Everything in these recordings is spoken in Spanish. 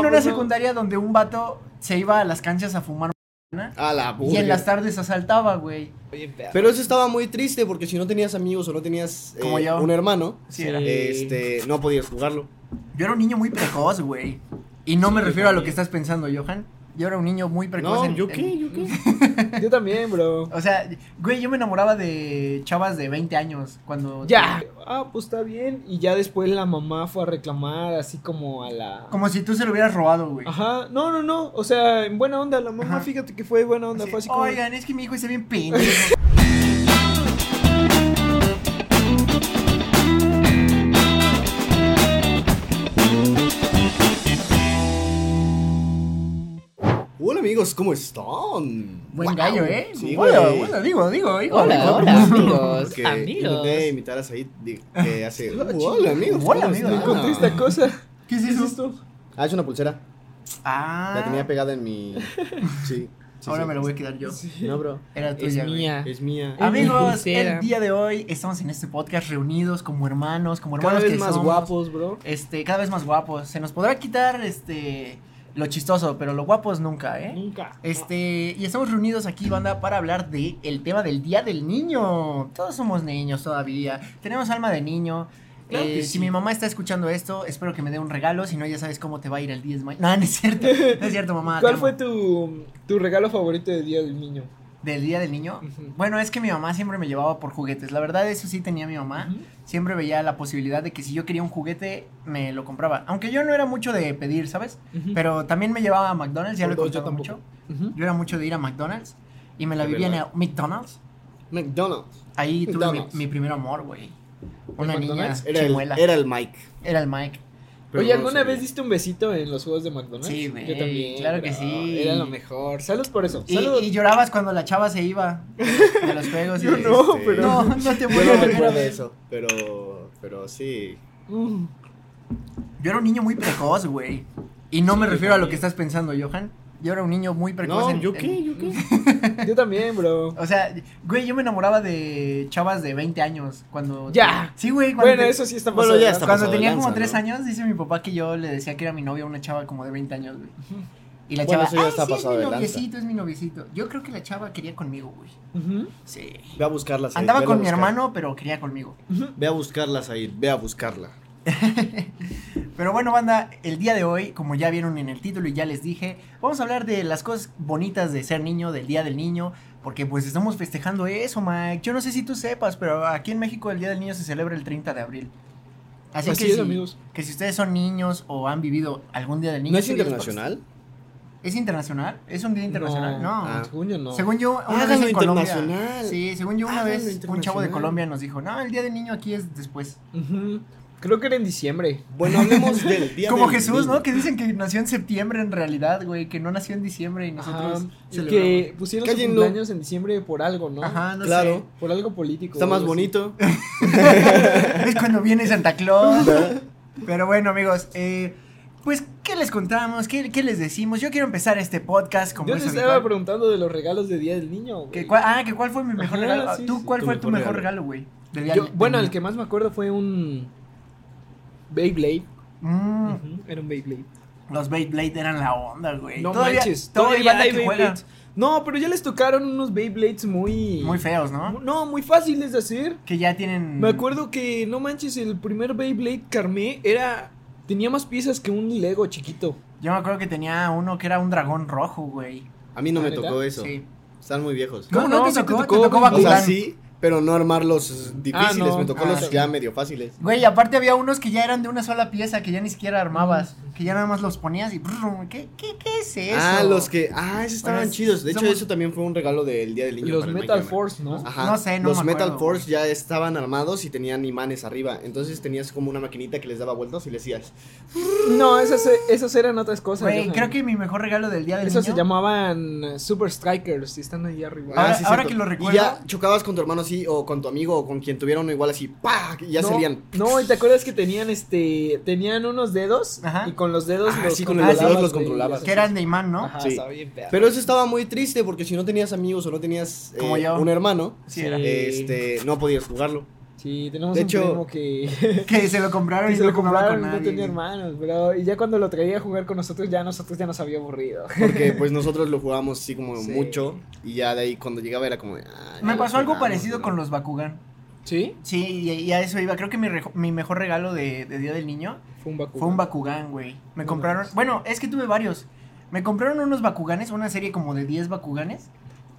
una secundaria donde un vato se iba a las canchas a fumar marihuana A la y en burger. las tardes asaltaba, güey. Pero eso estaba muy triste porque si no tenías amigos o no tenías eh, Como yo. un hermano, Sí, Sí. era. este, no podías jugarlo. Yo era un niño muy precoz, güey. Y no me Sí, refiero a lo también. que estás pensando, Johan. Yo era un niño muy precoz. No, en- ¿yo en- qué? ¿Yo qué? Yo también, bro. O sea, güey, yo me enamoraba de chavas de 20 años cuando... Ya. Ah, pues está bien. Y ya después la mamá fue a reclamar así como a la... Como si tú se lo hubieras robado, güey. Ajá, no, no, no, o sea, en buena onda, la mamá, Ajá. fíjate que fue buena onda, Así, fue así como... Oigan, es que mi hijo está bien pendejo. Hola amigos, ¿cómo están? Buen Wow. gallo, ¿eh? Sí, Hola, güey. hola, digo, digo, digo. digo. Hola, hola, amigos. Porque Amigos. Intenté imitar a Said di- que hace. "Uh, hola amigos. Hola, ¿cómo amigos. Me están?" encontré esta cosa. ¿Qué es ¿Qué es eso? esto? Ah, es una pulsera. Ah. La tenía pegada en mi. Sí. sí, Ahora sí. me lo voy a quedar yo. No, bro. Era Es tuya, güey. mía. Es mía. Ah, Amigos, Pulsera. el día de hoy estamos en este podcast reunidos como hermanos, como hermanos Cada vez que más somos. guapos, bro. Este, cada vez más guapos. Se nos podrá quitar este lo chistoso, pero los guapos nunca, ¿eh? Nunca. Este, y estamos reunidos aquí, banda, para hablar de el tema del Día del Niño. Todos somos niños todavía. Tenemos alma de niño. Claro Eh, que Si sí. mi mamá está escuchando esto, espero que me dé un regalo. Si no, ya sabes cómo te va a ir el 10 de mayo. No, no es cierto. No es cierto, mamá. te ¿Cuál amo. fue tu, tu regalo favorito del Día del Niño? ¿Del Día del Niño? Ujú. Bueno, es que mi mamá siempre me llevaba por juguetes. La verdad, eso sí tenía mi mamá. Ujú. Siempre veía la posibilidad de que si yo quería un juguete, me lo compraba. Aunque yo no era mucho de pedir, ¿sabes? Ujú. Pero también me llevaba a McDonald's, ya lo he Yo contado tampoco. mucho. Ujú. Yo era mucho de ir a McDonald's y me la De vivía en verdad. el McDonald's. McDonald's. Ahí tuve mi, McDonald's. mi primer amor, güey. Una niña Era el, chimuela. Era, era el Mike. el Mike. Pero Oye, no lo ¿alguna sabía. vez diste un besito en los juegos de McDonald's? Sí, güey, Yo también. claro que bro. sí. Era lo mejor. Saludos por eso. Y, Saludos. y llorabas cuando la chava se iba de de los juegos. y- Yo no, este, pero. No, no te Yo voy no a recuerdo volver eso. eso, pero, pero sí. Mm. Yo era un niño muy precoz, güey. Y no me yo refiero a lo también. que estás pensando, Johan. Yo era un niño muy precoz. No, en- ¿yo en- qué? ¿Yo qué? Yo también, bro. O sea, güey, yo me enamoraba de chavas de 20 años cuando... Ya. Sí, güey, cuando, Bueno, te- eso sí está Bueno, pasado ya de lanza. está cuando pasado de tenía lanza, como 3 ¿no? años, dice mi papá que yo le decía que era mi novia una chava como de 20 años, güey. Y la Bueno, chava, eso ya "Ay, está sí, es pasado mi de lanza". noviecito, es mi noviecito. Yo creo que la chava quería conmigo, güey. Ujú. Sí. Ve a buscarla, Said, Andaba vela a con mi buscar. hermano, pero quería conmigo. Ve a buscarla, Said. Ve a buscarla. Pero bueno, banda, el día de hoy, como ya vieron en el título y ya les dije, vamos a hablar de las cosas bonitas de ser niño, del Día del Niño, porque pues estamos festejando eso, Mike. Yo no sé si tú sepas, pero aquí en México el Día del Niño se celebra el 30 de abril. Así, Así que, si, es, Pues amigos. que si ustedes son niños o han vivido algún Día del Niño... ¿No es sí, les internacional? pasa. ¿Es internacional? ¿Es un día internacional? No. Ah. Según yo no. Según yo, una Háganlo vez en Colombia- internacional. Sí, según yo una vez Háganlo un chavo de internacional. Colombia nos dijo, no, el Día del Niño aquí es después. Ujú. Creo que era en diciembre. Bueno, hablemos del día Como del Jesús, niño. ¿no? Que dicen que nació en septiembre en realidad, güey, que no nació en diciembre y nosotros Ajá. Y celebramos. que pusieron sus Cállenlo. cumpleaños en diciembre por algo, ¿no? Ajá, no Claro. Por algo político. Está o más algo bonito. sé. Es cuando viene Santa Claus. Pero bueno, amigos, eh, pues, ¿qué les contamos? ¿Qué, qué les decimos? Yo quiero empezar este podcast así. como Yo es te estaba habitual. preguntando de los regalos de Día del Niño. güey. Que cuál- ah, que cuál fue mi mejor Ajá, regalo. Ah, sí, ¿Tú sí, cuál tu fue tu mejor mejor regalo, regalo. güey? Del día Yo- del bueno, niño. el que más me acuerdo fue un Beyblade. Mm, Ujú, Era un Beyblade. los Beyblade eran la onda, güey. No Todavía- manches, todavía todavía, banda hay que juega. Beyblades. No, pero ya les tocaron unos Beyblades muy... Muy feos, ¿no? No, muy fáciles de hacer. Que ya tienen... Me acuerdo que, no manches, el primer Beyblade Carmé era... Tenía más piezas que un Lego chiquito. Yo me acuerdo que tenía uno que era un dragón rojo, güey. A mí no ¿La me neta? tocó eso. Sí. Están muy viejos. ¿Cómo no? No, ¿Te no, tocó? me ¿Te tocó tocó O sea, Bakugan? sí, pero no armar los difíciles. no. Me tocó Ah, los sí. ya medio fáciles. Güey, aparte había unos que ya eran de una sola pieza, que ya ni siquiera armabas, que ya nada más los ponías y... brrrum, ¿Qué, qué, qué es eso? Ah, los que. Ah, esos estaban Bueno, es- chidos. De hecho, somos- eso también fue un regalo del Día del Niño. los para el Ah. Metal Mike Force, ¿no? Hammer. Ajá. No sé, no Los me Metal acuerdo, Force güey. ya estaban armados y tenían imanes arriba. Entonces tenías como una maquinita que les daba vueltas y le hacías. No, esas, esas eran otras cosas. Güey, Johan. creo que mi mejor regalo del día del Esas niño... se llamaban eh, Super Strikers y están ahí arriba. Ahora- Ah, sí, ahora cierto. que lo Y recuerdo- ya chocabas con tu hermano así, o con tu amigo, o con quien tuvieron igual así, ¡pah! Y ya no, salían. No, y te acuerdas que tenían este. Tenían unos dedos. Ajá. Y con los dedos Ah, los sí, con los controlabas, dedos los güey, controlabas. y Que eran de imán, ¿no? Ajá, Sí. estaba bien perro. Pero eso estaba muy triste porque si no tenías amigos o no tenías eh, Como yo. un hermano, Sí, era. Sí. este, no podías jugarlo. Sí, tenemos De un hecho- primo que, Que se lo compraron que y se lo no jugaba compraron y con no nadie. tenía hermanos, pero y ya cuando lo traía a jugar con nosotros, ya nosotros ya nos había aburrido. Porque pues nosotros lo jugábamos así como Sí. mucho y ya de ahí cuando llegaba era como... de, "Ah, ya Me lo pasó algo jugamos, parecido ¿no?". con los Bakugan. ¿Sí? Sí, y, y a eso iba. Creo que mi, rejo- mi mejor regalo de, de Día del Niño Fue un Bakugan. fue un Bakugan, güey. Me No compraron. mames. Bueno, es que tuve varios. Me compraron unos Bakuganes, una serie como de 10 Bakuganes.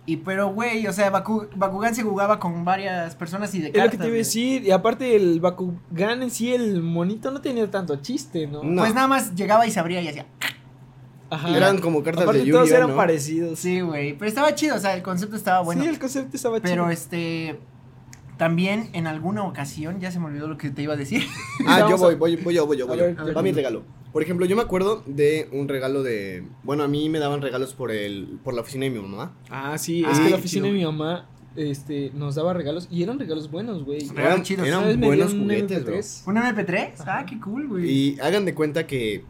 Y pero, güey, o sea, Baku- Bakugan se jugaba con varias personas y de Es cartas. lo que te iba a güey. decir, y aparte el Bakugan en sí, el monito no tenía tanto chiste, ¿no? No. Pues nada más llegaba y se abría y hacía. Ajá. Eran como cartas aparte de Yu-Gi-Oh, todos eran ¿no? parecidos. Sí, güey. Pero estaba chido, o sea, el concepto estaba bueno. sí, el concepto estaba pero chido. este. También en alguna ocasión, ya se me olvidó lo que te iba a decir. Ah, yo Vamos a- voy, voy, voy yo, voy yo, A voy ver, yo. a ver. Va mi regalo. Por ejemplo, yo me acuerdo de un regalo de... Bueno, a mí me daban regalos por el por la oficina de mi mamá. Ah, sí, es Ah, que la chido, oficina de güey. mi mamá este, nos daba regalos y eran regalos buenos, güey. Regalos Eran, chidos. eran ¿Sabes? Me buenos dieron un juguetes, bro. MP3. ¿Un MP3? Ah, Ajá. qué cool, güey. Y hagan de cuenta que,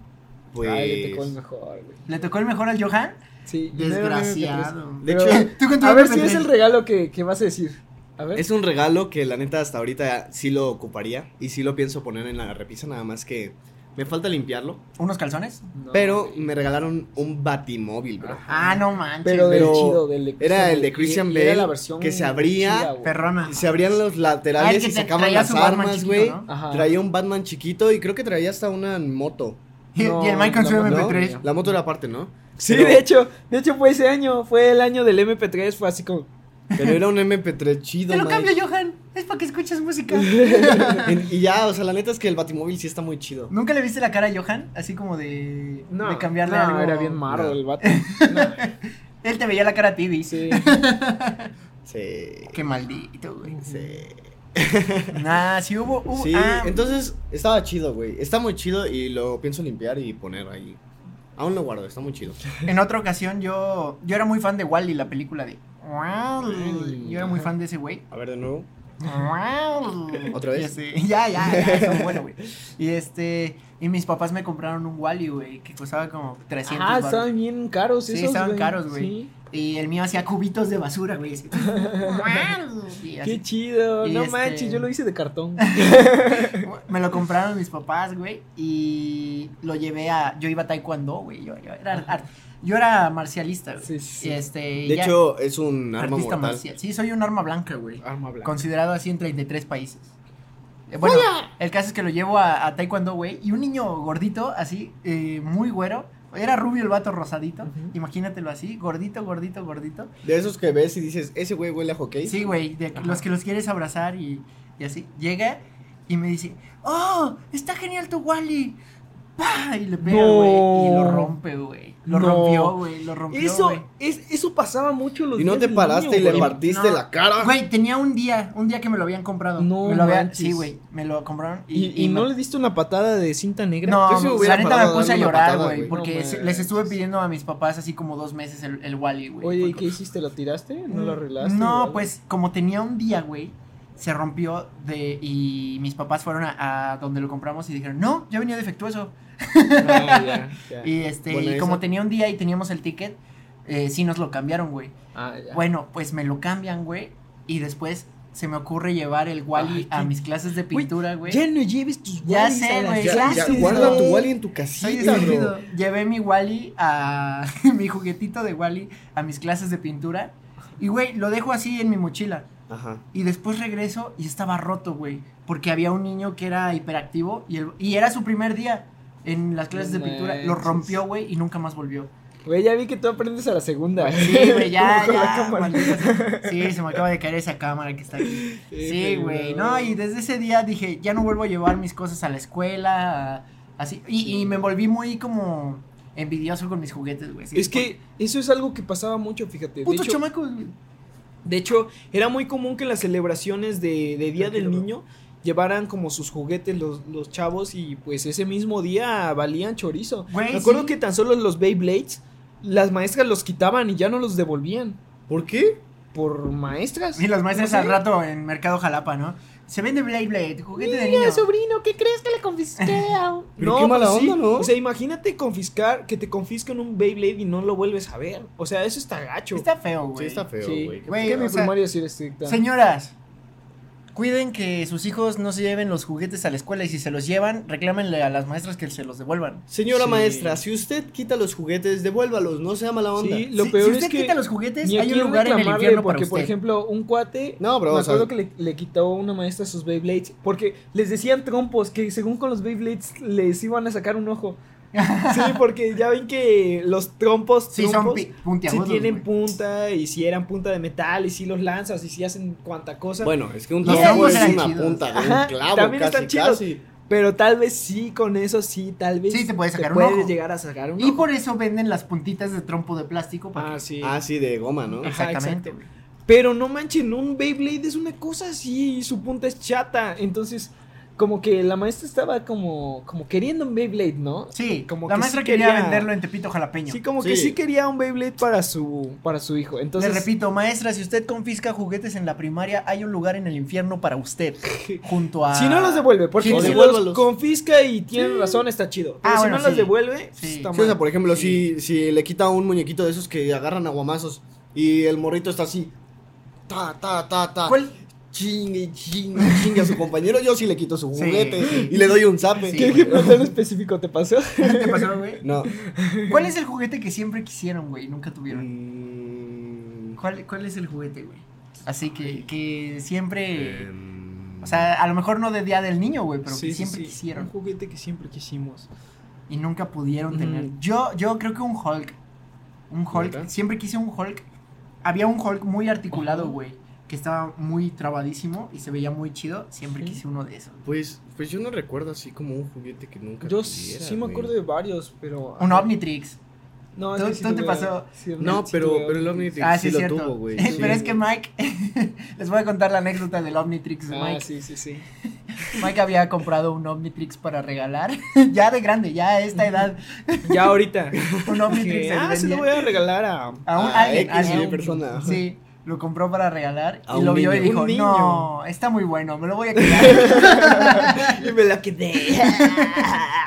pues... Ay, le tocó el mejor, güey. ¿Le tocó el mejor al Johan? Sí, no era un MP3. Desgraciado. De Pero- hecho, Tú con tu A ver MP3. si es el regalo que, que vas a decir. A ver. es un regalo que la neta hasta ahorita sí lo ocuparía y sí lo pienso poner en la repisa, nada más que me falta limpiarlo. ¿Unos calzones? No, Pero güey. me regalaron un batimóvil, bro. Ah, no manches. Pero del pero chido, del de era el de Bale, Christian y- y era Bale, la versión que se abría, chida, güey. Perrona. Y se abrían los Ah, el laterales que y te- sacaban traía las su Batman armas, chiquito, güey. ¿no? Ajá. Traía un Batman chiquito y creo que traía hasta una moto. Y, No, y el Mike con su la- ¿no? MP3. La moto era aparte, ¿no? Sí, Pero- de hecho, de hecho fue ese año, fue el año del MP3, fue así como... Pero era un MP3 chido, Te lo Mike. cambio, Johan. Es para que escuches música. En- Y ya, o sea, la neta es que el Batimóvil sí está muy chido. ¿Nunca le viste la cara a Johan? Así como de, de cambiarle no, algo. era bien marro No. el vato. No, Él te veía la cara a ti, dice. sí. Sí. Qué maldito, güey. Sí. Nah, sí hubo. hubo- Sí, ah, entonces estaba chido, güey. Está muy chido y lo pienso limpiar y poner ahí. Aún lo guardo, está muy chido. En otra ocasión yo, yo era muy fan de Wally, la película de. Wall-E. Yo era muy fan de ese güey. A ver, de nuevo. ¿Otra ¿Otra vez? Ya, ya, ya, estuvo bueno, güey. Y este, y mis papás me compraron un Wally, güey, que costaba como 300 Ah, baros. estaban bien caros Sí, esos, estaban güey. caros, güey. Sí. Y el mío hacía cubitos de basura, güey. así. Y así. Qué chido, Y no este- manches, yo lo hice de cartón. Me lo compraron mis papás, güey, y lo llevé a, yo iba a taekwondo, güey, yo, yo era, ar- yo era marcialista, güey. Sí, sí, sí. Y este, De ya- hecho, es un arma artista mortal. Ah, marcial. Sí, soy un arma blanca, güey. Arma blanca. Considerado así en 33 países. Eh, Bueno, el caso es que lo llevo a, a Taekwondo, güey. Y un niño gordito, así, eh, muy güero. Era rubio el vato rosadito. Ujú. Imagínatelo así, gordito, gordito, gordito. De esos que ves y dices, ese güey huele a hockey. Sí, güey, de Ajá. los que los quieres abrazar y, y así. Llega y me dice, ¡Oh! ¡Está genial tu Wally! ¡Pah! Y le pega, No. güey. Y lo rompe, güey. Lo No. rompió, güey. Lo rompió, Eso, güey. es, eso pasaba mucho en los Y no días te del paraste niño, y le güey. partiste No. la cara. Güey, tenía un día, un día que me lo habían comprado. No me lo habían- manches. Sí, güey, me lo compraron. ¿Y, y me- no le diste una patada de cinta negra? No, Yo sí me pues, la hubiera neta parado me a puse a darle una llorar, patada, güey, güey. porque No se- manches. les estuve pidiendo a mis papás así como dos meses el, el Wally, güey. Oye, ¿y porque- Mm, qué hiciste? ¿Lo tiraste? ¿No lo arreglaste? No, o algo? pues como tenía un día, güey, se rompió de y mis papás fueron a, a donde lo compramos y dijeron, no, ya venía defectuoso. Ah, ya, ya. Y este, Buena y como esa. tenía un día y teníamos el ticket, eh, sí nos lo cambiaron, güey. Ah, ya. Bueno, pues me lo cambian, güey, y después se me ocurre llevar el Wally Ay, a qué- mis clases de Güey, pintura, güey. Ya no lleves tus Ya wallis sé, a las güey, Ya, ya, clases, guarda güey. tu Wally en tu Soy casita, estúpido. bro. Llevé mi Wally a mi juguetito de Wally a mis clases de pintura. Y güey, lo dejo así en mi mochila. Ajá. Y después regreso y estaba roto, güey. Porque había un niño que era hiperactivo y, el- y era su primer día en las clases de No pintura. Lo manches. rompió, güey, y nunca más volvió. Güey, ya vi que tú aprendes a la segunda. Sí, güey, ya, Como con ya. la cámara. maldita sea. Sí, se me acaba de caer esa cámara que está aquí. Sí, Sí, güey. pero- No, y desde ese día dije, ya no vuelvo a llevar mis cosas a la escuela. a- Así. Y, y me volví muy como envidioso con mis juguetes, güey. sí, Es que eso es algo que pasaba mucho, fíjate. De por- Putos hecho, chamacos, güey. de hecho, era muy común que en las celebraciones de, de Día Tranquilo, del bro. Niño llevaran como sus juguetes los, los chavos y pues ese mismo día valían chorizo. Güey, Me acuerdo sí. que tan solo los Beyblades, las maestras los quitaban y ya no los devolvían. ¿Por qué? Por maestras. Y los maestros No sé. al rato en Mercado Jalapa, ¿no? Se vende Blade Blade, juguete de Mira, niño. sobrino, ¿qué crees que le confisqué a un- Pero qué mala pues sí. onda, ¿no? O sea, imagínate confiscar, que te confisquen un Beyblade y no lo vuelves a ver. O sea, eso está gacho. Está feo, güey. Sí, está feo, Sí. güey. Güey, Es que o mi sea, primaria sí era estricta. Señoras, Cuiden que sus hijos no se lleven los juguetes a la escuela y si se los llevan, reclámenle a las maestras que se los devuelvan. Señora Sí. maestra, si usted quita los juguetes, devuélvalos, no sea mala onda. Sí, lo si, peor si es usted que quita los juguetes, ni a hay un quién lugar en el reclamarle, infierno para porque, usted. por ejemplo, un cuate. No, bro, me o sea- acuerdo que le, le quitó una maestra sus Beyblades. Porque les decían trompos que según con los Beyblades les iban a sacar un ojo. Sí, porque ya ven que los trompos. sí, son trompos, pi- puntiagudos. sí güey. tienen punta y si eran punta de metal y si los lanzas y si hacen cuanta cosa. Bueno, es que un Los clavo trompos es eran una chidos. punta de Ajá, un clavo. también casi, están chidos. casi. Pero tal vez sí, con eso sí, tal vez. Sí, te puede sacar un puedes ojo. llegar a sacar un Y ojo. por eso venden las puntitas de trompo de plástico. Para Ah, sí. Ah, sí, de goma, ¿no? que- ajá, Exactamente. exacto. güey. Pero no manchen, un Beyblade es una cosa así y su punta es chata. Entonces, como que la maestra estaba como, como queriendo un Beyblade, ¿no? Sí, Como la que maestra sí quería, quería- venderlo en Tepito Jalapeño. Sí, como que Sí. sí quería un Beyblade para su, para su hijo. Entonces, Le repito, maestra, si usted confisca juguetes en la primaria, hay un lugar en el infierno para usted. Junto a. si no los devuelve, porque Sí, si devuélvalos. los confisca y tiene razón, está chido. Pero Ah, si bueno, no los sí. devuelve, pues, Sí. está Sí, o sea, mal. por ejemplo, si, si le quita un muñequito de esos que agarran aguamazos y el morrito está así. Ta, ta, ta, ta. ¿Cuál? Chingue, chingue, chingue a su compañero. Yo sí le quito su Sí, juguete sí. y le doy un zape. Sí, ¿Qué güey. ejemplo tan específico te pasó? ¿Te pasó, güey? No. ¿Cuál es el juguete que siempre quisieron, güey? y Nunca tuvieron. Mm, ¿Cuál, ¿Cuál es el juguete, güey? Así que, que siempre. em, O sea, a lo mejor no de Día del Niño, güey, pero Sí, que sí, siempre sí. Un quisieron. juguete que siempre quisimos. Y nunca pudieron Ujú. tener. Yo, yo creo que un Hulk. Un Hulk. ¿Neta? Siempre quise un Hulk. Había un Hulk muy articulado, Ajá. güey. Que estaba muy trabadísimo y se veía muy chido. Siempre Sí. quise uno de esos. Pues, pues yo no recuerdo así como un juguete que nunca. Yo tuviera, sí me güey. acuerdo de varios, pero... Un Omnitrix. No, ¿Tú- es que sí tú te tuve- pasó? sí, No, sí pero, tuve pero el Omnitrix. Omnitrix Ah, sí, sí, es lo cierto. tuvo, güey. Eh, sí. Pero es que Mike, les voy a contar la anécdota del Omnitrix de Ah, Mike. sí, sí, sí. Mike había comprado un Omnitrix para regalar, ya de grande, ya a esta edad, Ya ahorita. un Omnitrix. Dije, le ah, se vendía lo voy a regalar a. a un A alguien, X alguien. Y persona. Sí, lo compró para regalar A y un lo vio niño. y dijo, Un niño. no, está muy bueno, me lo voy a quedar. y me la quedé.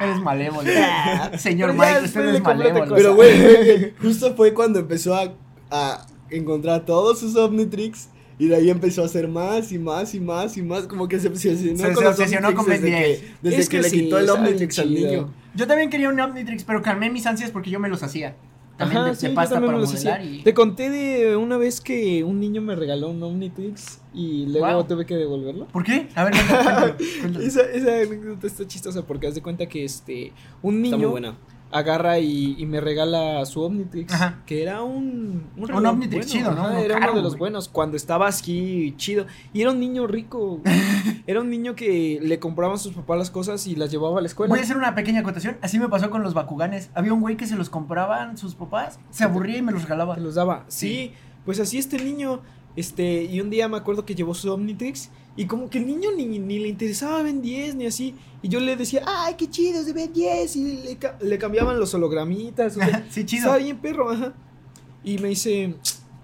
Eres malévolo. Pero Señor ya Mike, después usted le es compré malévolo. otra cosa. Pero, güey, justo fue cuando empezó a, a encontrar todos sus Omnitrix. Y de ahí empezó a hacer más y más y más y más. Como que se obsesionó Se- con se los obsesionó Omnitrix con Ben desde 10. que, desde Es que, que le sí, quitó el está bien Omnitrix al chido. niño. Yo también quería un Omnitrix, pero calmé mis ansias porque yo me los hacía. También de, de yo pasta también para me los hacía. modelar y... Te conté de una vez que un niño me regaló un Omnitrix y luego Wow. tuve que devolverlo. ¿Por qué? A ver, cuéntalo, cuéntalo. Esa, esa anécdota está chistosa porque haz de cuenta que este un Está muy niño buena. agarra y, y me regala su Omnitrix, Ajá. que era un un, Un reloj Omnitrix chido, ¿no? ajá, Uno era caro, uno de los güey. buenos cuando estaba así chido y era un niño rico. güey. era un niño que le compraban sus papás las cosas y las llevaba a la escuela. Voy a hacer una pequeña acotación. Así me pasó con los Bakuganes. Había un güey que se los compraban sus papás, se aburría y me los regalaba. Te los daba. Sí. Sí, pues así este niño. Este, y un día me acuerdo que llevó su Omnitrix. Y como que el niño ni, ni le interesaba Ben 10 ni así. Y yo le decía, ¡ay, qué chido es de Ben 10! Y le, ca- le cambiaban los hologramitas. o sea, sí, chido. estaba bien perro, ajá. Y me dice,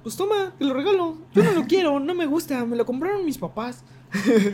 pues toma, te lo regalo. Yo no lo quiero, no me gusta, me lo compraron mis papás.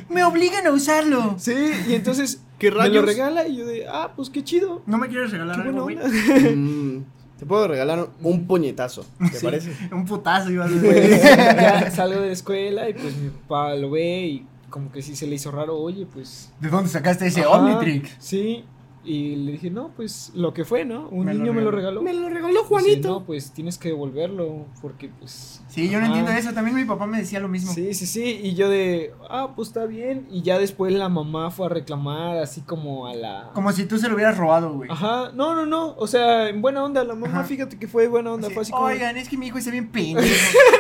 Me obligan a usarlo. Sí, y entonces ¿Qué me lo rayos? regala y yo de, ah, pues qué chido. No me quieres regalar Qué algo, buena güey. onda. Mm, Te puedo regalar un puñetazo, ¿te Sí. parece? Un putazo iba a Pues, decir. ya salgo de la escuela y pues mi papá lo ve y como que sí se le hizo raro, oye, pues. ¿De dónde sacaste ese ajá, Omnitrix? Sí. Y le dije, no, pues lo que fue, ¿no? Un Me lo niño me lo regaló. regaló. Me lo regaló Dice, Juanito. no, pues tienes que devolverlo porque pues. Sí, yo no ajá". entiendo eso. También mi papá me decía lo mismo. Sí, sí, sí. Y yo de, ah, pues está bien. Y ya después la mamá fue a reclamar así como a la. Como si tú se lo hubieras robado, güey. Ajá, no, no, no, o sea, en buena onda, la mamá, Ajá. fíjate que fue buena onda, Así, fue así como, Oigan, es que mi hijo está bien pendejo.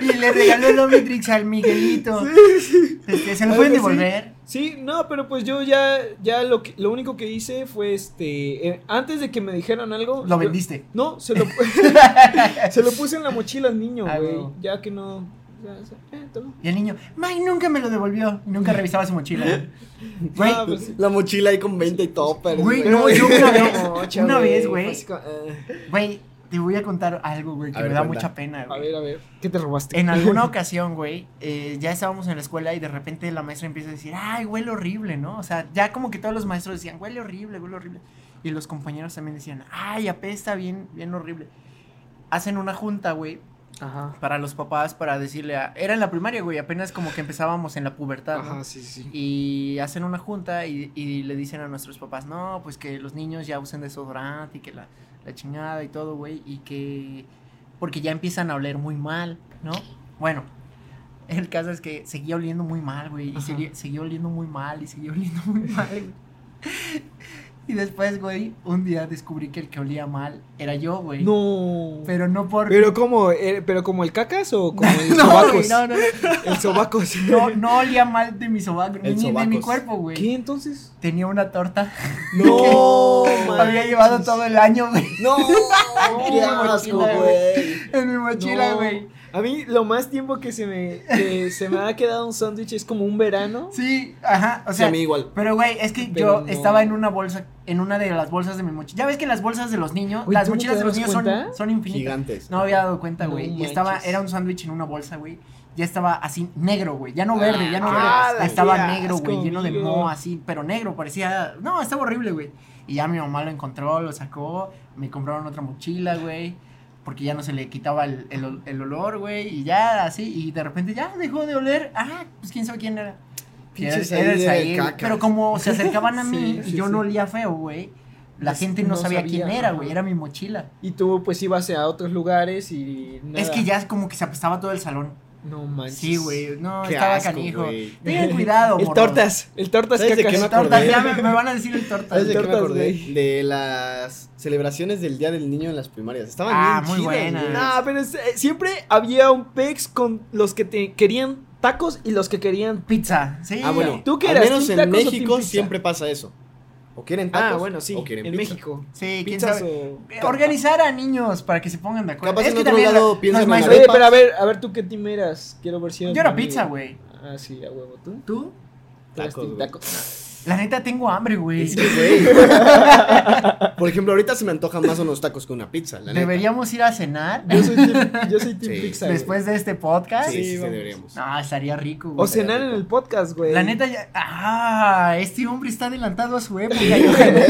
y le regaló el Omnitrix al Miguelito. Este, ¿Se lo Algo pueden así. devolver? Sí, no, pero pues yo ya, ya lo, que- lo único que hice fue este, eh, antes de que me dijeran algo. Lo yo- vendiste. No, se lo, se lo puse en la mochila al niño, Ah, güey, huevo. ya que no, ya, se- eh, toma. Y el niño, Mike nunca me lo devolvió. Y Nunca revisaba su mochila. Güey, Ah, pues sí. La mochila ahí con 20 toppers. Güey, güey. no, yo una vez, No, una chavo, vez, fue güey. así como, eh. Güey, te voy a contar algo, güey, que A me ver, da cuenta. mucha pena, A güey. ver, a ver, ¿qué te robaste? En alguna ocasión, güey, eh, ya estábamos en la escuela y de repente la maestra empieza a decir, ay, huele horrible, ¿no? O sea, ya como que todos los maestros decían, huele horrible, huele horrible. Y los compañeros también decían, ay, apesta bien, bien horrible. Hacen una junta, güey, Ajá. para los papás para decirle a... Era en la primaria, güey, apenas como que empezábamos en la pubertad, ¿no? Ajá, sí, sí. Y hacen una junta y, y le dicen a nuestros papás, no, pues que los niños ya usen desodorante y que la, la chingada y todo, güey, y que... Porque ya empiezan a oler muy mal, ¿no? Bueno, el caso es que seguía oliendo muy mal, güey, y Ajá. seguía, seguía oliendo muy mal, y seguía oliendo muy mal, güey. Y después, güey, un día descubrí que el que olía mal era yo, güey. No. Pero, Pero no por... como, eh, pero como el cacas o como el no, sobacos. güey, no, no, no. El sobacos. No, no olía mal de mi sobaco, ni El ni de mi sobacos. cuerpo, güey. ¿Qué entonces? Tenía una torta. No, Había llevado todo el año, güey. No, qué mochila, asco, güey. güey. En mi mochila, No. güey. A mí lo más tiempo que se me, que se me ha quedado un sándwich es como un verano. Sí, ajá. O O sea, sea, a mí igual. pero güey, es que Pero yo no. estaba en una bolsa, en una de las bolsas de mi mochila. Ya ves que las bolsas de los niños, Güey, las ¿tú no te mochilas de los dabas niños son, cuenta? son infinitas. Gigantes. No había dado cuenta, No güey. y estaba, manches. era un sándwich en una bolsa, güey. Ya estaba así negro, güey. Ya no verde, ya no Ah, verde. la estaba qué negro, güey. asco, Lleno de amigo. moho así, pero negro. Parecía. No, estaba horrible, güey. Y ya mi mamá lo encontró, lo sacó. Me compraron otra mochila, güey. Porque ya no se le quitaba el, el ol- el olor, güey. Y ya así. Y de repente ya dejó de oler. Ah, pues quién sabe quién era. Pinches Era- era el ahí de Zahir, güey. cacas. Pero como se acercaban a Sí, mí y sí, yo sí. no olía feo, güey. La Pues, gente no, no sabía, sabía, quién era, ajá. güey. Era mi mochila. Y tú pues ibas a otros lugares y nada. Es que ya es como que se apestaba todo el salón. No manches. Sí, güey. No, Qué estaba asco, canijo. güey. Tengan cuidado, El morros. tortas. El tortas ¿Sabes de qué cacas. me El tortas, acordé? ya me, me van a decir el tortas. ¿Sabes de qué me tortas, acordé? güey. De las celebraciones del Día del Niño en las primarias. Estaban Ah, bien muy chidas, buenas. güey. No, pero es- eh, siempre había un pex con los que te querían tacos y los que querían. Pizza. Sí. Ah, bueno. ¿Tú qué al eras, menos team en tacos o team México pizza? siempre pasa eso. O quieren tacos. Ah, bueno, sí. O quieren En pizza. México. Sí, quién Pizzas sabe. o Eh, tortas. Organizar a niños para que se pongan de acuerdo. Capaz es en que otro también lado la- piensan los en maestros- Oye, arepas. pero a ver, a ver tú qué team eras. Quiero ver si eras Yo era mi amigo. pizza, güey. Ah, sí, a huevo, tú. ¿Tú? Tú eras Tacos, team güey. tacos. La neta, tengo hambre, güey. Es que, güey, Por ejemplo, ahorita se me antojan más unos tacos que una pizza, la neta. Deberíamos ir a cenar Yo soy team, yo soy team Sí. pizza. güey. después de este podcast. Sí, sí, Sí, sí, vamos. deberíamos. No, estaría rico, O güey. cenar en el podcast, güey. La neta, ya... Ah, este hombre está adelantado a su época. Johan.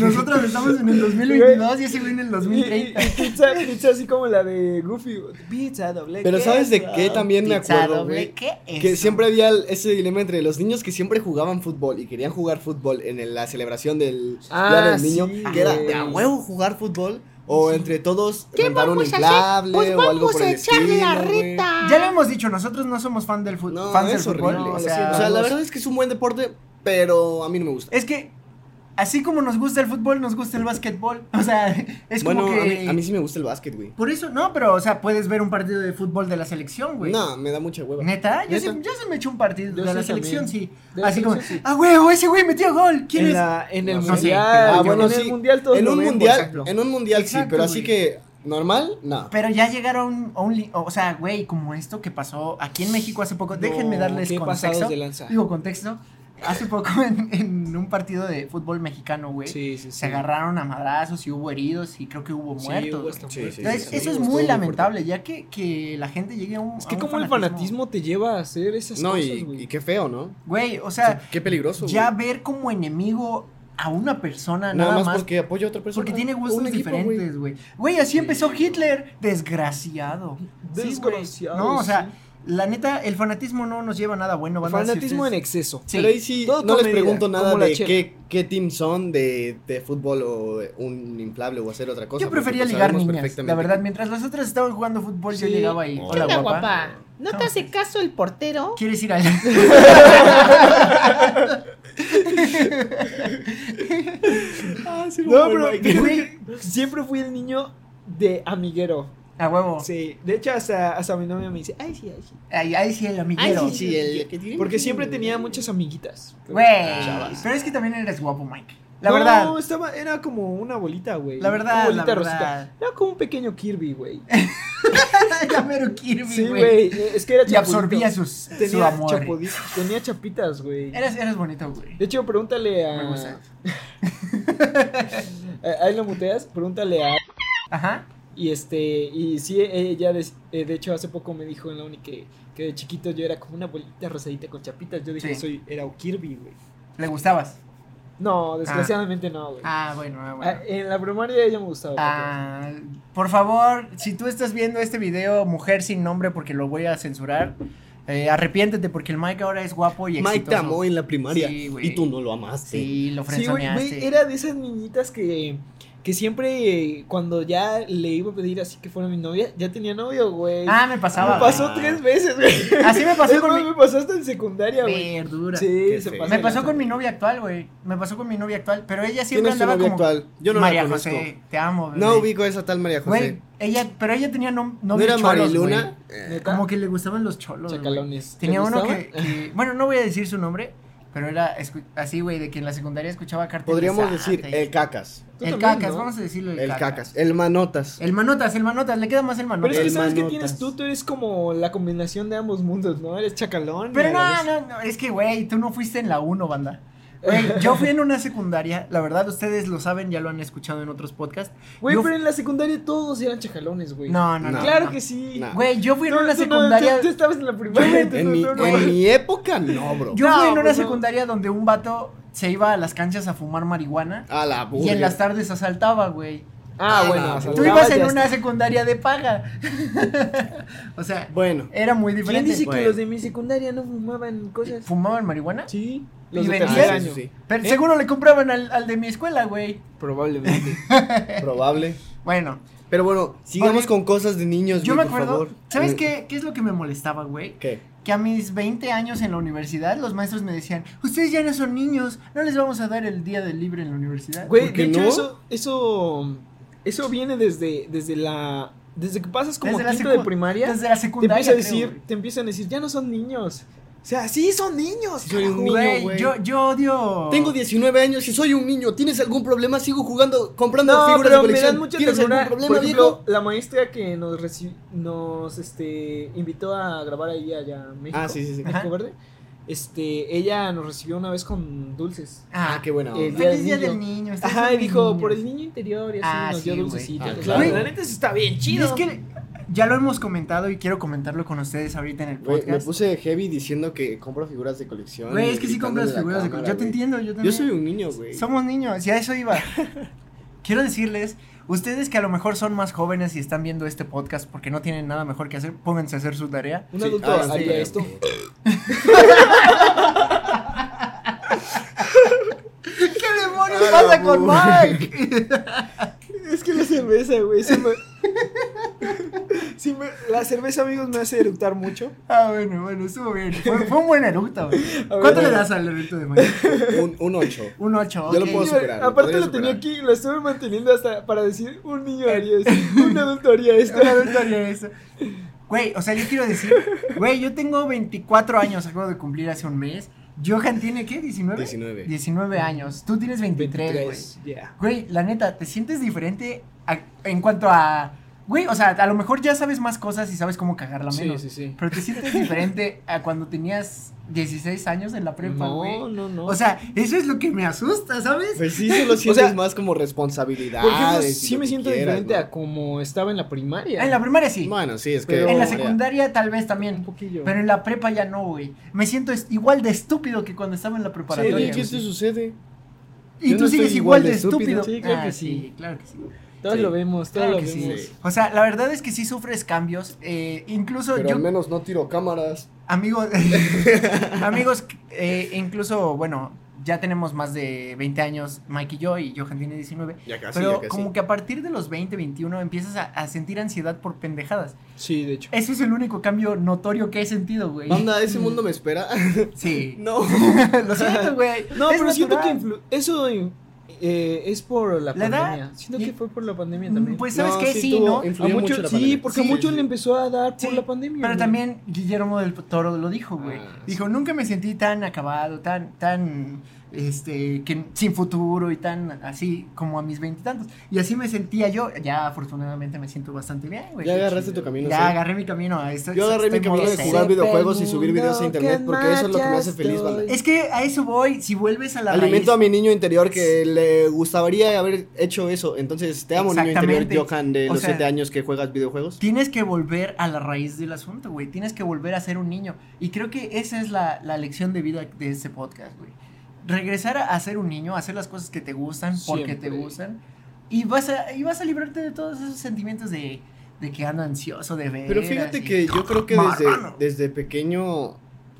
Nosotros estamos en el 2022 y ese güey en el Y- y- 2030. y pizza, pizza así como la de Goofy. Pizza doble. Pero ¿sabes de queso. qué también me Pizza acuerdo, doble, güey? ¿qué es Que eso? siempre había el- ese dilema entre los niños que siempre jugaban fútbol y querían jugar fútbol en el- la celebración del Ah, Día del sí, Niño, que era de a güey. huevo jugar fútbol o entre todos ¿Qué rentar un vamos a hacer? inflable Pues o algo vamos por a el echarle la estilo, güey. reta. Ya lo hemos dicho, nosotros no somos fan del fut- No, fans del es fútbol. horrible. o o, lo sea, sea, la verdad es que es un buen deporte, pero a mí no me gusta. es que así como nos gusta el fútbol, nos gusta el básquetbol. O sea, es bueno, como que. a, mí, a mí sí me gusta el básquet, güey. Por eso, no, pero, o sea, puedes ver un partido de fútbol de la selección, güey. No, me da mucha hueva. Neta, yo, Neta. Sí, yo sí me eché un partido de Yo la sí selección, sí. también. De la Así como, selección, sí. ah, huevo, ese güey metió gol. ¿Quién en es? la- en el No sé. mundial. Ah, yo- bueno, en sí. el mundial todos en lo un ven, por mundial, ejemplo. en un mundial sí, Exacto, pero así güey. que normal, no. Pero ya llegaron a un. li- O sea, güey, como esto que pasó aquí en México hace poco. Déjenme No, darles qué contexto. pasados de lanza. Digo, contexto. Hace poco en, en un partido de fútbol mexicano, güey. Sí, sí, sí. Se agarraron a madrazos y hubo heridos y creo que hubo Sí, muertos. hubo güey. hasta Sí, muertos. sí, sí, Entonces, eso sí. es estuvo muy muy lamentable, ya que, que la gente llegue a un. Es a que Ah, un como el fanatismo te lleva a hacer esas No, cosas, y, güey. y qué feo, ¿no? Güey, o sea, qué peligroso. ya güey. ver como enemigo a una persona Nada, nada, más, más. porque apoya a otra persona. Porque tiene un gustos equipo, güey. diferentes, güey. Güey, así Sí. empezó Hitler. Desgraciado. Sí, güey. Desgraciado, no, o sea, sí. la neta, el fanatismo no nos lleva a nada bueno. banda, si Fanatismo en ustedes- exceso. Sí. Pero ahí sí, Todo no con les medida, pregunto nada como la de chela. qué, qué team son de, de fútbol o un inflable o hacer otra cosa. Yo prefería porque, pues, ligar sabemos niñas. La perfectamente verdad, mientras las otras estaban jugando fútbol, yo Sí. llegaba ahí. ¿Qué ¿Qué Hola, onda, guapa. guapa? ¿No te hace caso el portero? ¿Quieres ir al.? Oh No, pero güey, siempre fui el niño de amiguero. A huevo. Sí, de hecho hasta, hasta mi novia me dice, ay sí, ay sí. Ahí, ahí sí, el amiguero. Ay, que- Sí, el que tiene- Porque siempre tenía muchas amiguitas. Güey. Chavas. Pero es que también eres guapo, Mike. La No, verdad. No, estaba, era como una bolita, güey. La Una verdad, la bolita rosita. verdad. Era como un pequeño Kirby, güey. Ya mero Kirby, Sí, güey. e, Es que era Y absorbía chapulito. sus, su tenía, amor. chapudi- tenía chapitas, güey. Eres, eres bonito, güey. De hecho, pregúntale a. Me gusta. a- Ahí lo muteas, pregúntale a. Ajá. Y este. Y sí, ella de, eh, de hecho hace poco me dijo en la uni que, que de chiquito yo era como una bolita rosadita con chapitas. Yo dije, Sí. soy. Era un Kirby, güey. Le gustabas. No, desgraciadamente no, güey. Ah, bueno, ah, Ah, bueno. En la primaria ya me gustaba. Ah, por favor, si tú estás viendo este video, mujer sin nombre, porque lo voy a censurar, eh, arrepiéntete porque el Mike ahora es guapo y Mike exitoso. te amó en la primaria Sí, güey. y tú no lo amaste. Sí, lo Sí, güey, frenzoneaste. güey, era de esas niñitas que, que siempre eh, cuando ya le iba a pedir así que fuera mi novia, ya tenía novio, güey. Ah, me pasaba. me pasó ah. tres veces, güey. Así me pasó Es con más, mi... me pasó hasta en secundaria, güey. Verdura. Sí, Qué se feo. pasa Me de pasó lanza. con mi novia actual, güey. Me pasó con mi novia actual, pero ella ¿Quién siempre es tu andaba novia como actual? Yo no María la conozco. José, te amo, bebé. No ubico a esa tal María José. Güey, ella, pero ella tenía no, ¿No novios era cholos, Mariluna? güey. Eh, ¿Neta? Como que le gustaban los cholos, güey. Chacalones. ¿Te Tenía uno gustaba? que, que- bueno, no voy a decir su nombre, pero era escu- así, güey, de que en la secundaria escuchaba cartel Podríamos de decir Santa y- el cacas. Tú el también, cacas, ¿no? vamos a decirlo eh. el, El cacas. cacas. El manotas. El manotas, el manotas, le queda más el Pero manotas. es que El sabes qué manotas. tienes tú, tú eres como la combinación de ambos mundos, ¿no? Eres chacalón. y Pero a la no, vez- no, no, es que, güey, tú no fuiste en la 1, banda. Güey, yo fui en una secundaria, la verdad, ustedes lo saben, ya lo han escuchado en otros podcasts. Güey, Yo- pero en la secundaria todos eran chacalones, güey. No, no, no. No. Claro no. que sí. No. Güey, yo fui en Tú- una tú no, secundaria. tú- tú estabas en la primaria. tú En no- mi, tú no- en mi época, no, bro. Yo No, fui en una pues no. secundaria donde un vato se iba a las canchas a fumar marihuana A la y en burger. las tardes asaltaba, güey. Ah, Ah, bueno. no, o sea, Tú ya ibas en está. una secundaria de paga. o sea, Bueno, era muy ¿Quién diferente. dice Bueno. que los de mi secundaria no fumaban cosas? ¿Fumaban marihuana? Sí, ¿Y los de vendían? tercer sí, sí, año. sí. Pero ¿Eh? seguro le compraban al, al de mi escuela, güey. Probablemente. probable. Bueno, Pero bueno, sigamos Ok. con cosas de niños, yo me güey, acuerdo. por favor. ¿Sabes Eh. Mm, qué, qué es lo que me molestaba, güey? ¿Qué? Que a mis 20 años en la universidad, los maestros me decían: Ustedes ya no son niños, no les vamos a dar el día del libre en la universidad. Güey, ¿Por de qué hecho, no? eso, eso, eso viene desde, desde la. Desde que pasas como Desde la quinto de secu- primaria, Desde la te, secundaria. empieza a creo, decir, güey. te empiezan a decir, ya no son niños. O sea, sí son niños. Sí, soy un carajo. niño, Güey, güey. yo, yo odio. Tengo 19 años y soy un niño. ¿Tienes algún problema? Sigo jugando, comprando No, figuras de pero me colección. dan mucha ¿Tienes ternura. algún Por problema, ejemplo, viejo? la maestra que nos reci- nos este, invitó a grabar ahí allá a México. Ah, sí, sí, sí. México Ajá. Verde. Este, ella nos recibió una vez con dulces. Ah, qué buena el onda. día Feliz del día del niño. niño. ustedes Ajá, son y dijo, niños. por el niño interior y así Ah, nos sí, dio güey. dulcecitos. Ah, O sea, claro. La neta sí está bien Y chido. es que ya lo hemos comentado y quiero comentarlo con ustedes ahorita en el Güey, me podcast. puse heavy diciendo que compro figuras de colección. Güey, y es que sí compras gritándole a la figuras de cámara, Yo te güey. entiendo, yo también. Yo soy un niño, güey. Somos niños, y a eso iba. Quiero decirles, ustedes que a lo mejor son más jóvenes y están viendo este podcast porque no tienen nada mejor que hacer, pónganse a hacer su tarea. Un Sí, adulto ah, haría sí. esto. ¿Qué demonios Ah, pasa la con burra. Mike? Es que la cerveza, güey. sí me- sí me- la cerveza, amigos, me hace eructar mucho. Ah, bueno, bueno, estuvo bien. Fue, fue un buen eructo. güey. A ver, ¿Cuánto le bueno. das al eructo de Mike? Un, un 8. Un 8. Yo lo puedo Mira, superar, lo Aparte podría lo tenía superar. aquí, lo estuve manteniendo hasta para decir un niño Eh, haría esto, un adulto haría esto. Un adulto haría eso. Güey, o sea, yo quiero decir, güey, yo tengo 24 años, acabo de cumplir hace un mes. Johan tiene, ¿qué? ¿19? 19. 19 años. Tú tienes 23, güey. ya. Güey, la neta, ¿te sientes diferente a- en cuanto a... Güey, o sea, a lo mejor ya sabes más cosas y sabes cómo cagarla Sí, menos. sí, sí. Pero te sientes diferente a cuando tenías 16 años en la prepa, güey. No, no, no. O sea, eso es lo que me asusta, ¿sabes? Pues sí, solo sientes sea, más como responsabilidad. por ejemplo, sí me siento diferente a como estaba en la primaria. Ah, En la primaria sí. Bueno, sí, es que. Pero- en la Mira, secundaria tal vez también. un poquillo. Pero en la prepa ya no, güey. Me siento es- igual de estúpido que cuando estaba en la oye, preparatoria. ¿Qué güey. te sucede? y yo tú no sigues estoy igual de estúpido. Sí, claro Ah, que sí. claro que sí. todos sí. lo vemos, todos Claro lo que sí. vemos. Sí. O sea, la verdad es que sí sufres cambios. eh, incluso Pero yo, al menos no tiro cámaras. amigos, amigos, eh, incluso, bueno, ya tenemos más de 20 años, Mike y yo, y Johan tiene 19. Ya casi, pero como que a partir de los 20, 21 empiezas a, a sentir ansiedad por pendejadas. Sí, de hecho. Eso es el único cambio notorio que he sentido, güey. Banda, ese mundo me espera. Sí. no. Lo siento, güey. No, Es pero siento que natural. influ- eso eh, es por la, ¿La edad? pandemia. Siento Y- que fue por la pandemia Mm, también. Pues sabes No, que sí sí, tuvo ¿no? a influencia. influyó mucho, mucho la sí, pandemia. porque Sí, a muchos le sí, sí. empezó a dar por Sí, la pandemia. Pero güey. también Guillermo del Toro lo dijo, güey. Ah, dijo, nunca me sentí tan acabado, tan, tan, este, que sin futuro y tan así como a mis veintitantos. Y, así me sentía yo. Ya afortunadamente me siento bastante bien, güey. Ya Qué agarraste chido. tu camino, Ya sí. agarré mi camino. estoy- Yo agarré mi estoy modo camino de zen. jugar Ese videojuegos y subir mundo videos a internet que porque eso es lo que me hace marchas feliz, banda. estoy. Es que a eso voy, si vuelves a la Alimento a raíz. mi niño interior que le gustaría haber hecho eso. Entonces, te amo, niño interior, Exactamente. Johan, de O los sea, 7 años que juegas videojuegos. Tienes que volver a la raíz del asunto, güey. Tienes que volver a ser un niño. Y creo que esa es la, la lección de vida de este podcast, güey. regresar a, a ser un niño, a hacer las cosas que te gustan, porque te Siempre. gustan. Y vas a, y vas a librarte de todos esos sentimientos de, de que ando ansioso, de ver. Pero fíjate así. que yo creo que desde, Marrano. desde pequeño,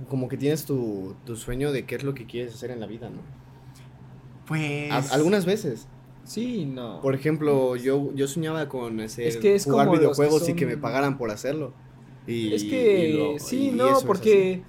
como que tienes tu, tu sueño de qué es lo que quieres hacer en la vida, ¿no? Pues. A- algunas veces. Sí, no. Por ejemplo, yo, yo soñaba con hacer, Ah. Es que es jugar como los que videojuegos y que son- me pagaran por hacerlo. Y, es y que lo- sí, y eso no, es así. porque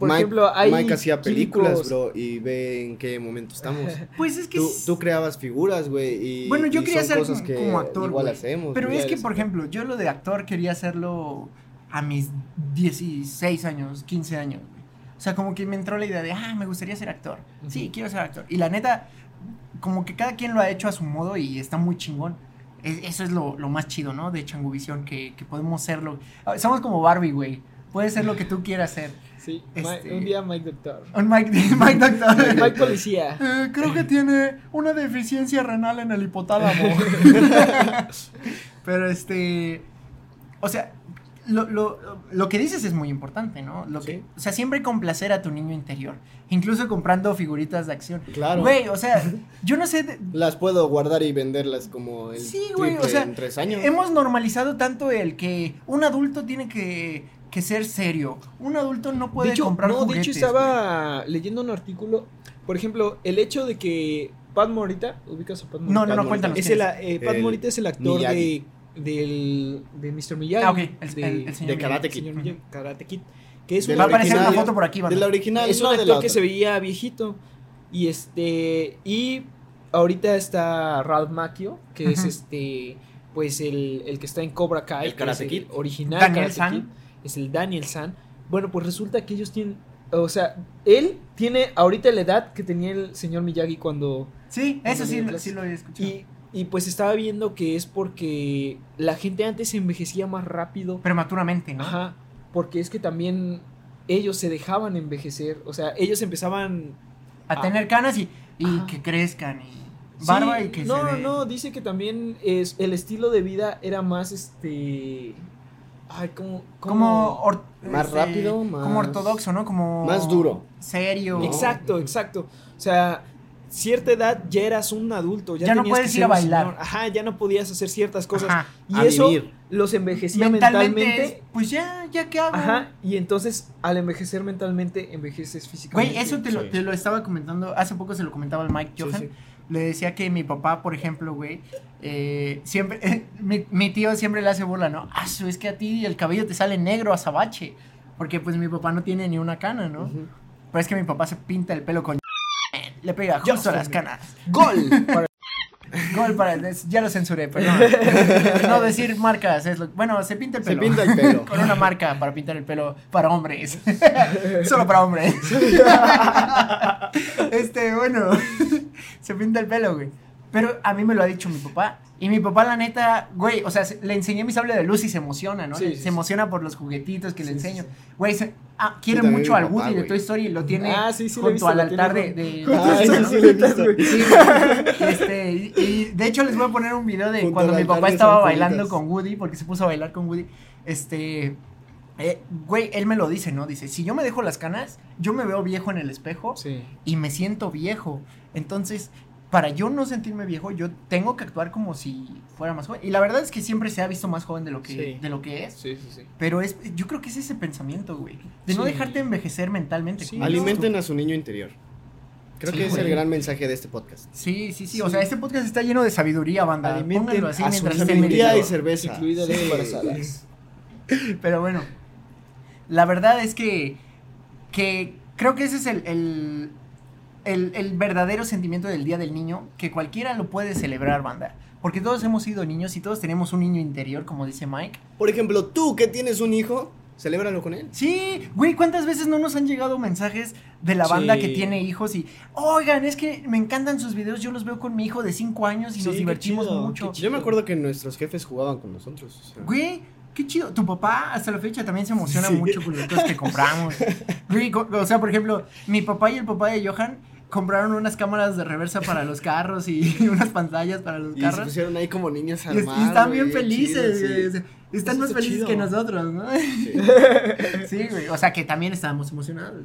por Mike- ejemplo, hay Mike hacía películas, químicos- bro, y ve en qué momento estamos. Pues es que. tú, s- tú creabas figuras, güey, y Bueno, yo y quería son ser cosas como- que como actor, igual güey. hacemos. Pero güey. es que, por ejemplo, yo lo de actor quería hacerlo a mis 16 años, 15 años, güey. O sea, como que me entró la idea de, ah, me gustaría ser actor. Sí, Ujú. quiero ser actor. Y la neta, como que cada quien lo ha hecho a su modo y está muy chingón. Es- eso es lo, lo más chido, ¿no? De Changuvisión, que, que podemos serlo. Ah, Somos como Barbie, güey. Puedes ser lo que tú quieras ser. Sí, Este- Ma- un día Mike Doctor. Un Mike, Mike Doctor. Mike Policía. Eh, creo que tiene una deficiencia renal en el hipotálamo. Pero este. O sea, lo, lo- lo que dices es muy importante, ¿no? Lo que, Sí. o sea, siempre complacer a tu niño interior. Incluso comprando figuritas de acción. Claro. Güey, o sea, yo no sé. de- Las puedo guardar y venderlas como el Sí, güey, o triple sea, en tres años. Hemos normalizado tanto el que un adulto tiene que, que ser serio. Un adulto no puede de hecho, comprar no, juguetes. de hecho estaba leyendo un artículo, por ejemplo, el hecho de que Pat Morita, ubicas a Pat güey. Morita. No, no, no, Batman. cuéntanos. Es ¿quién el, es? eh, Pat El Morita es el actor de, Miyagi. del, de Mr. Miyagi. Ah, ok, el- de- el- el señor de Karate del Kid. señor Miyagi, Karate Kid, Que es De un Va a la aparecer una original- foto por aquí, de la banda. original, es no un de la actor que otra. se veía viejito. Y este. Y ahorita está Ralph Macchio, que es Ujú. este. Pues el, el que está en Cobra Kai. El que Karate es Kid. Original. Daniel Karate San. Kid, Es el Daniel San. Bueno, pues resulta que ellos tienen. O sea, él tiene ahorita la edad que tenía el señor Miyagi cuando. Sí, eso sí, lo- Manuel sí lo he escuchado. Y, y pues estaba viendo que es porque la gente antes se envejecía más rápido. Prematuramente, ¿no? Ajá, porque es que también ellos se dejaban envejecer, o sea, ellos empezaban a Ah. tener canas y, y Ajá. que crezcan y barba Sí, y que no, se dé- no, dice que también es, el estilo de vida era más este ay, como como como- or- este, Más rápido, como más- ortodoxo, ¿no? Como Más duro. Serio. No. Exacto, exacto. O sea, cierta edad ya eras un adulto, ya, Ya no tenías que puedes ser ir a un bailar. señor. Ajá, ya no podías hacer ciertas cosas Ajá. y A eso vivir. los envejecía Mentalmente, mentalmente es, pues ya, ya que hago. Ajá, y entonces al envejecer mentalmente, envejeces físicamente. Güey, eso te lo, Sí. te lo estaba comentando, hace poco se lo comentaba al Mike Johan. sí. Le decía que mi papá, por ejemplo, güey, eh, siempre, mi, mi tío siempre le hace burla, ¿no? Ah, su, es que a ti el cabello te sale negro azabache. Porque pues mi papá no tiene ni una cana, ¿no? Ujú. Pero es que mi papá se pinta el pelo con. Le pega Yo justo a soy las mi- canas. ¡Gol! Para- Gol para el. Ya lo censuré, perdón. No decir marcas. Es lo- bueno, se pinta el Se pelo. pinta el pelo. Con una marca para pintar el pelo para hombres. Solo para hombres. Este, bueno. Se pinta el pelo, güey. Pero a mí me lo ha dicho mi papá. Y mi papá, la neta, güey, o sea, se- le enseñé mi sable de luz y se emociona, ¿no? Sí, Le- sí, se sí. emociona por los juguetitos que le Sí, sí, enseño. sí. Güey, se- ah, quiere también mucho mi al papá, Woody de güey. Toy Story y lo tiene Ah, sí, sí, lo junto he visto, al lo altar de, tiene de- junto Ah, al eso altar. sí lo he visto. Sí, güey. este, y, y de hecho les voy a poner un video de Junto cuando al mi altar papá de estaba San bailando Juanitas. con Woody, porque se puso a bailar con Woody. Este, eh, güey, él me lo dice, ¿no? Dice, si yo me dejo las canas, yo me veo viejo en el espejo Sí. y me siento viejo. Entonces, para yo no sentirme viejo, yo tengo que actuar como si fuera más joven. Y la verdad es que siempre se ha visto más joven de lo que, Sí. de lo que es. Sí, sí, sí. Pero es, yo creo que es ese pensamiento, güey. De no Sí. dejarte envejecer mentalmente. Sí, como dices tú. Alimenten a su niño interior. Creo Sí, que es güey. el gran mensaje de este podcast. Sí, sí, sí. O Sí. sea, este podcast está lleno de sabiduría, banda. Alimenten Pónganlo así a su mientras estén sabiduría Sabiduría y meditando. cerveza. Incluidas las Sí. embarazadas. Pero bueno, la verdad es que, que creo que ese es el, el, el- el verdadero sentimiento del Día del Niño, que cualquiera lo puede celebrar, banda. Porque todos hemos sido niños y todos tenemos un niño interior, como dice Mike. Por ejemplo, tú que tienes un hijo, celébralo con él. Sí, güey, ¿cuántas veces no nos han llegado mensajes de la banda que Sí. tiene hijos y, oigan, es que me encantan sus videos, yo los veo con mi hijo de 5 años y Sí, nos qué divertimos chido, mucho. qué Yo me acuerdo que nuestros jefes jugaban con nosotros. o sea. Güey, qué chido. Tu papá hasta la fecha también se emociona Sí. mucho con las cosas que compramos. Güey, co- o sea, por ejemplo, mi papá y el papá de Johan compraron unas cámaras de reversa para los carros y, y unas pantallas para los Y se carros. pusieron ahí como niños Y, es- y armados. están bien felices, güey, o sea, Están Eso más está felices chido. que nosotros, ¿no? Sí, güey. O sea, que también estábamos emocionados.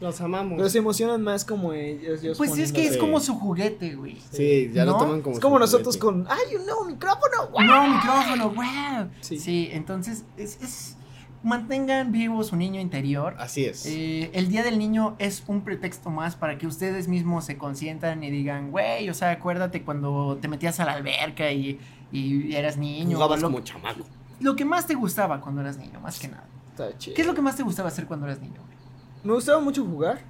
Los amamos. Pero se emocionan más como ellos. ellos Pues es que es poniéndose- como su juguete, güey. Sí, ya ¿No? lo toman como. Es como su nosotros juguete. con. ¡Ay, un nuevo micrófono! ¡Guau! No, micrófono, wow. Sí, Sí. entonces es, es- mantengan vivo su niño interior. Así es. Eh, el Día del Niño es un pretexto más para que ustedes mismos se consientan y digan, güey, o sea, acuérdate cuando te metías a la alberca y, y eras niño. Jugabas lo, como chamaco. lo que más te gustaba cuando eras niño, más que nada. Está chido. ¿Qué es lo que más te gustaba hacer cuando eras niño? güey? Me gustaba mucho jugar.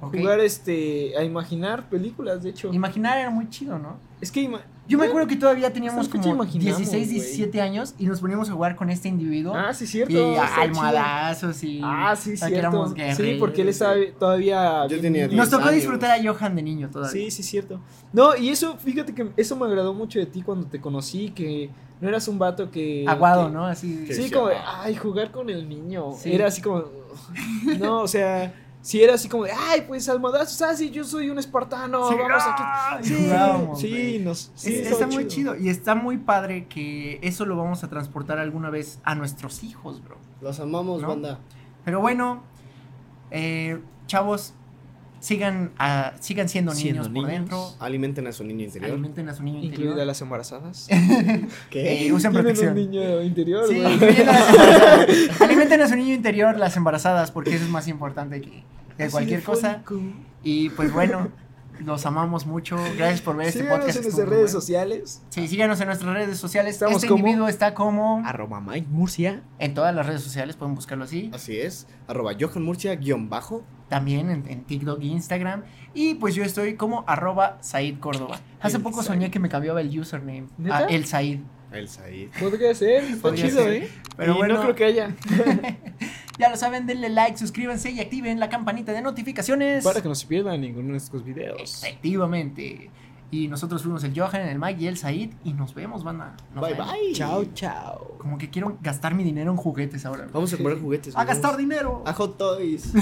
¿Ok? Jugar este. a imaginar películas, de hecho. Imaginar era muy chido, ¿no? es que ima- Yo me acuerdo que todavía teníamos Hasta la fecha como imaginamos, 16, güey. 17 años y nos poníamos a jugar con este individuo. Ah, sí, cierto. Y está almohadazos y. chido. Ah, sí, Aquí éramos cierto. Sí, guerreros, porque él estaba sí. todavía. Yo bien tenía niño. Nos tocó años. disfrutar a Johan de niño todavía. Sí, sí, cierto. No, y eso, fíjate que eso me agradó mucho de ti cuando te conocí, que no eras un vato que... Aguado, que- ¿no? Así. Que Sí, decía, como, de, "Ah". ay, jugar con el niño. Sí. Era así como... No, o sea, si era así como de, ay, pues almohadazos, ah, sí, yo soy un espartano, vamos aquí. Sí, ah, Sí, jugábamos, sí, güey. nos... Es- sí, está estaba muy chido. y está muy padre que eso lo vamos a transportar alguna vez a nuestros hijos, bro. Los amamos, ¿No? banda. Pero bueno, eh, chavos, sigan, a- sigan siendo, Siendo niños, por niños. dentro, Alimenten a su niño interior. alimenten a su niño interior. Incluida las embarazadas. ¿Qué? Eh, usen Tienen protección. un niño interior, Sí, güey. incluyen a las embarazadas. alimenten a su niño interior las embarazadas porque eso es más importante que, que Ácido cualquier cosa. fólico. Y pues bueno, los amamos mucho. Gracias por ver este Síganos podcast. en estuvo nuestras muy redes bueno. sociales. Sí, síganos en nuestras redes sociales. Estamos este como- individuo está como Arroba Mike Murcia. en todas las redes sociales, pueden buscarlo así. Así es. Arroba Johan Murcia guión bajo. También en, en TikTok y Instagram. Y pues yo estoy como arroba Said Córdoba. Hace El poco Said. soñé que me cambiaba el username. ¿Neta? A el Said. El Said. Podría ser, está Podría chido, ser. ¿eh? Pero y bueno, no creo que haya. ya lo saben, denle like, suscríbanse y activen la campanita de notificaciones. Para que no se pierdan ninguno de estos videos. Efectivamente. Y nosotros fuimos el Johan, el Mike y el Said. Y nos vemos, banda. Nos Bye, vemos. bye. Chao, chao. Como que quiero gastar mi dinero en juguetes ahora. güey. Vamos a comprar juguetes. A vamos. gastar dinero. A Hot Toys.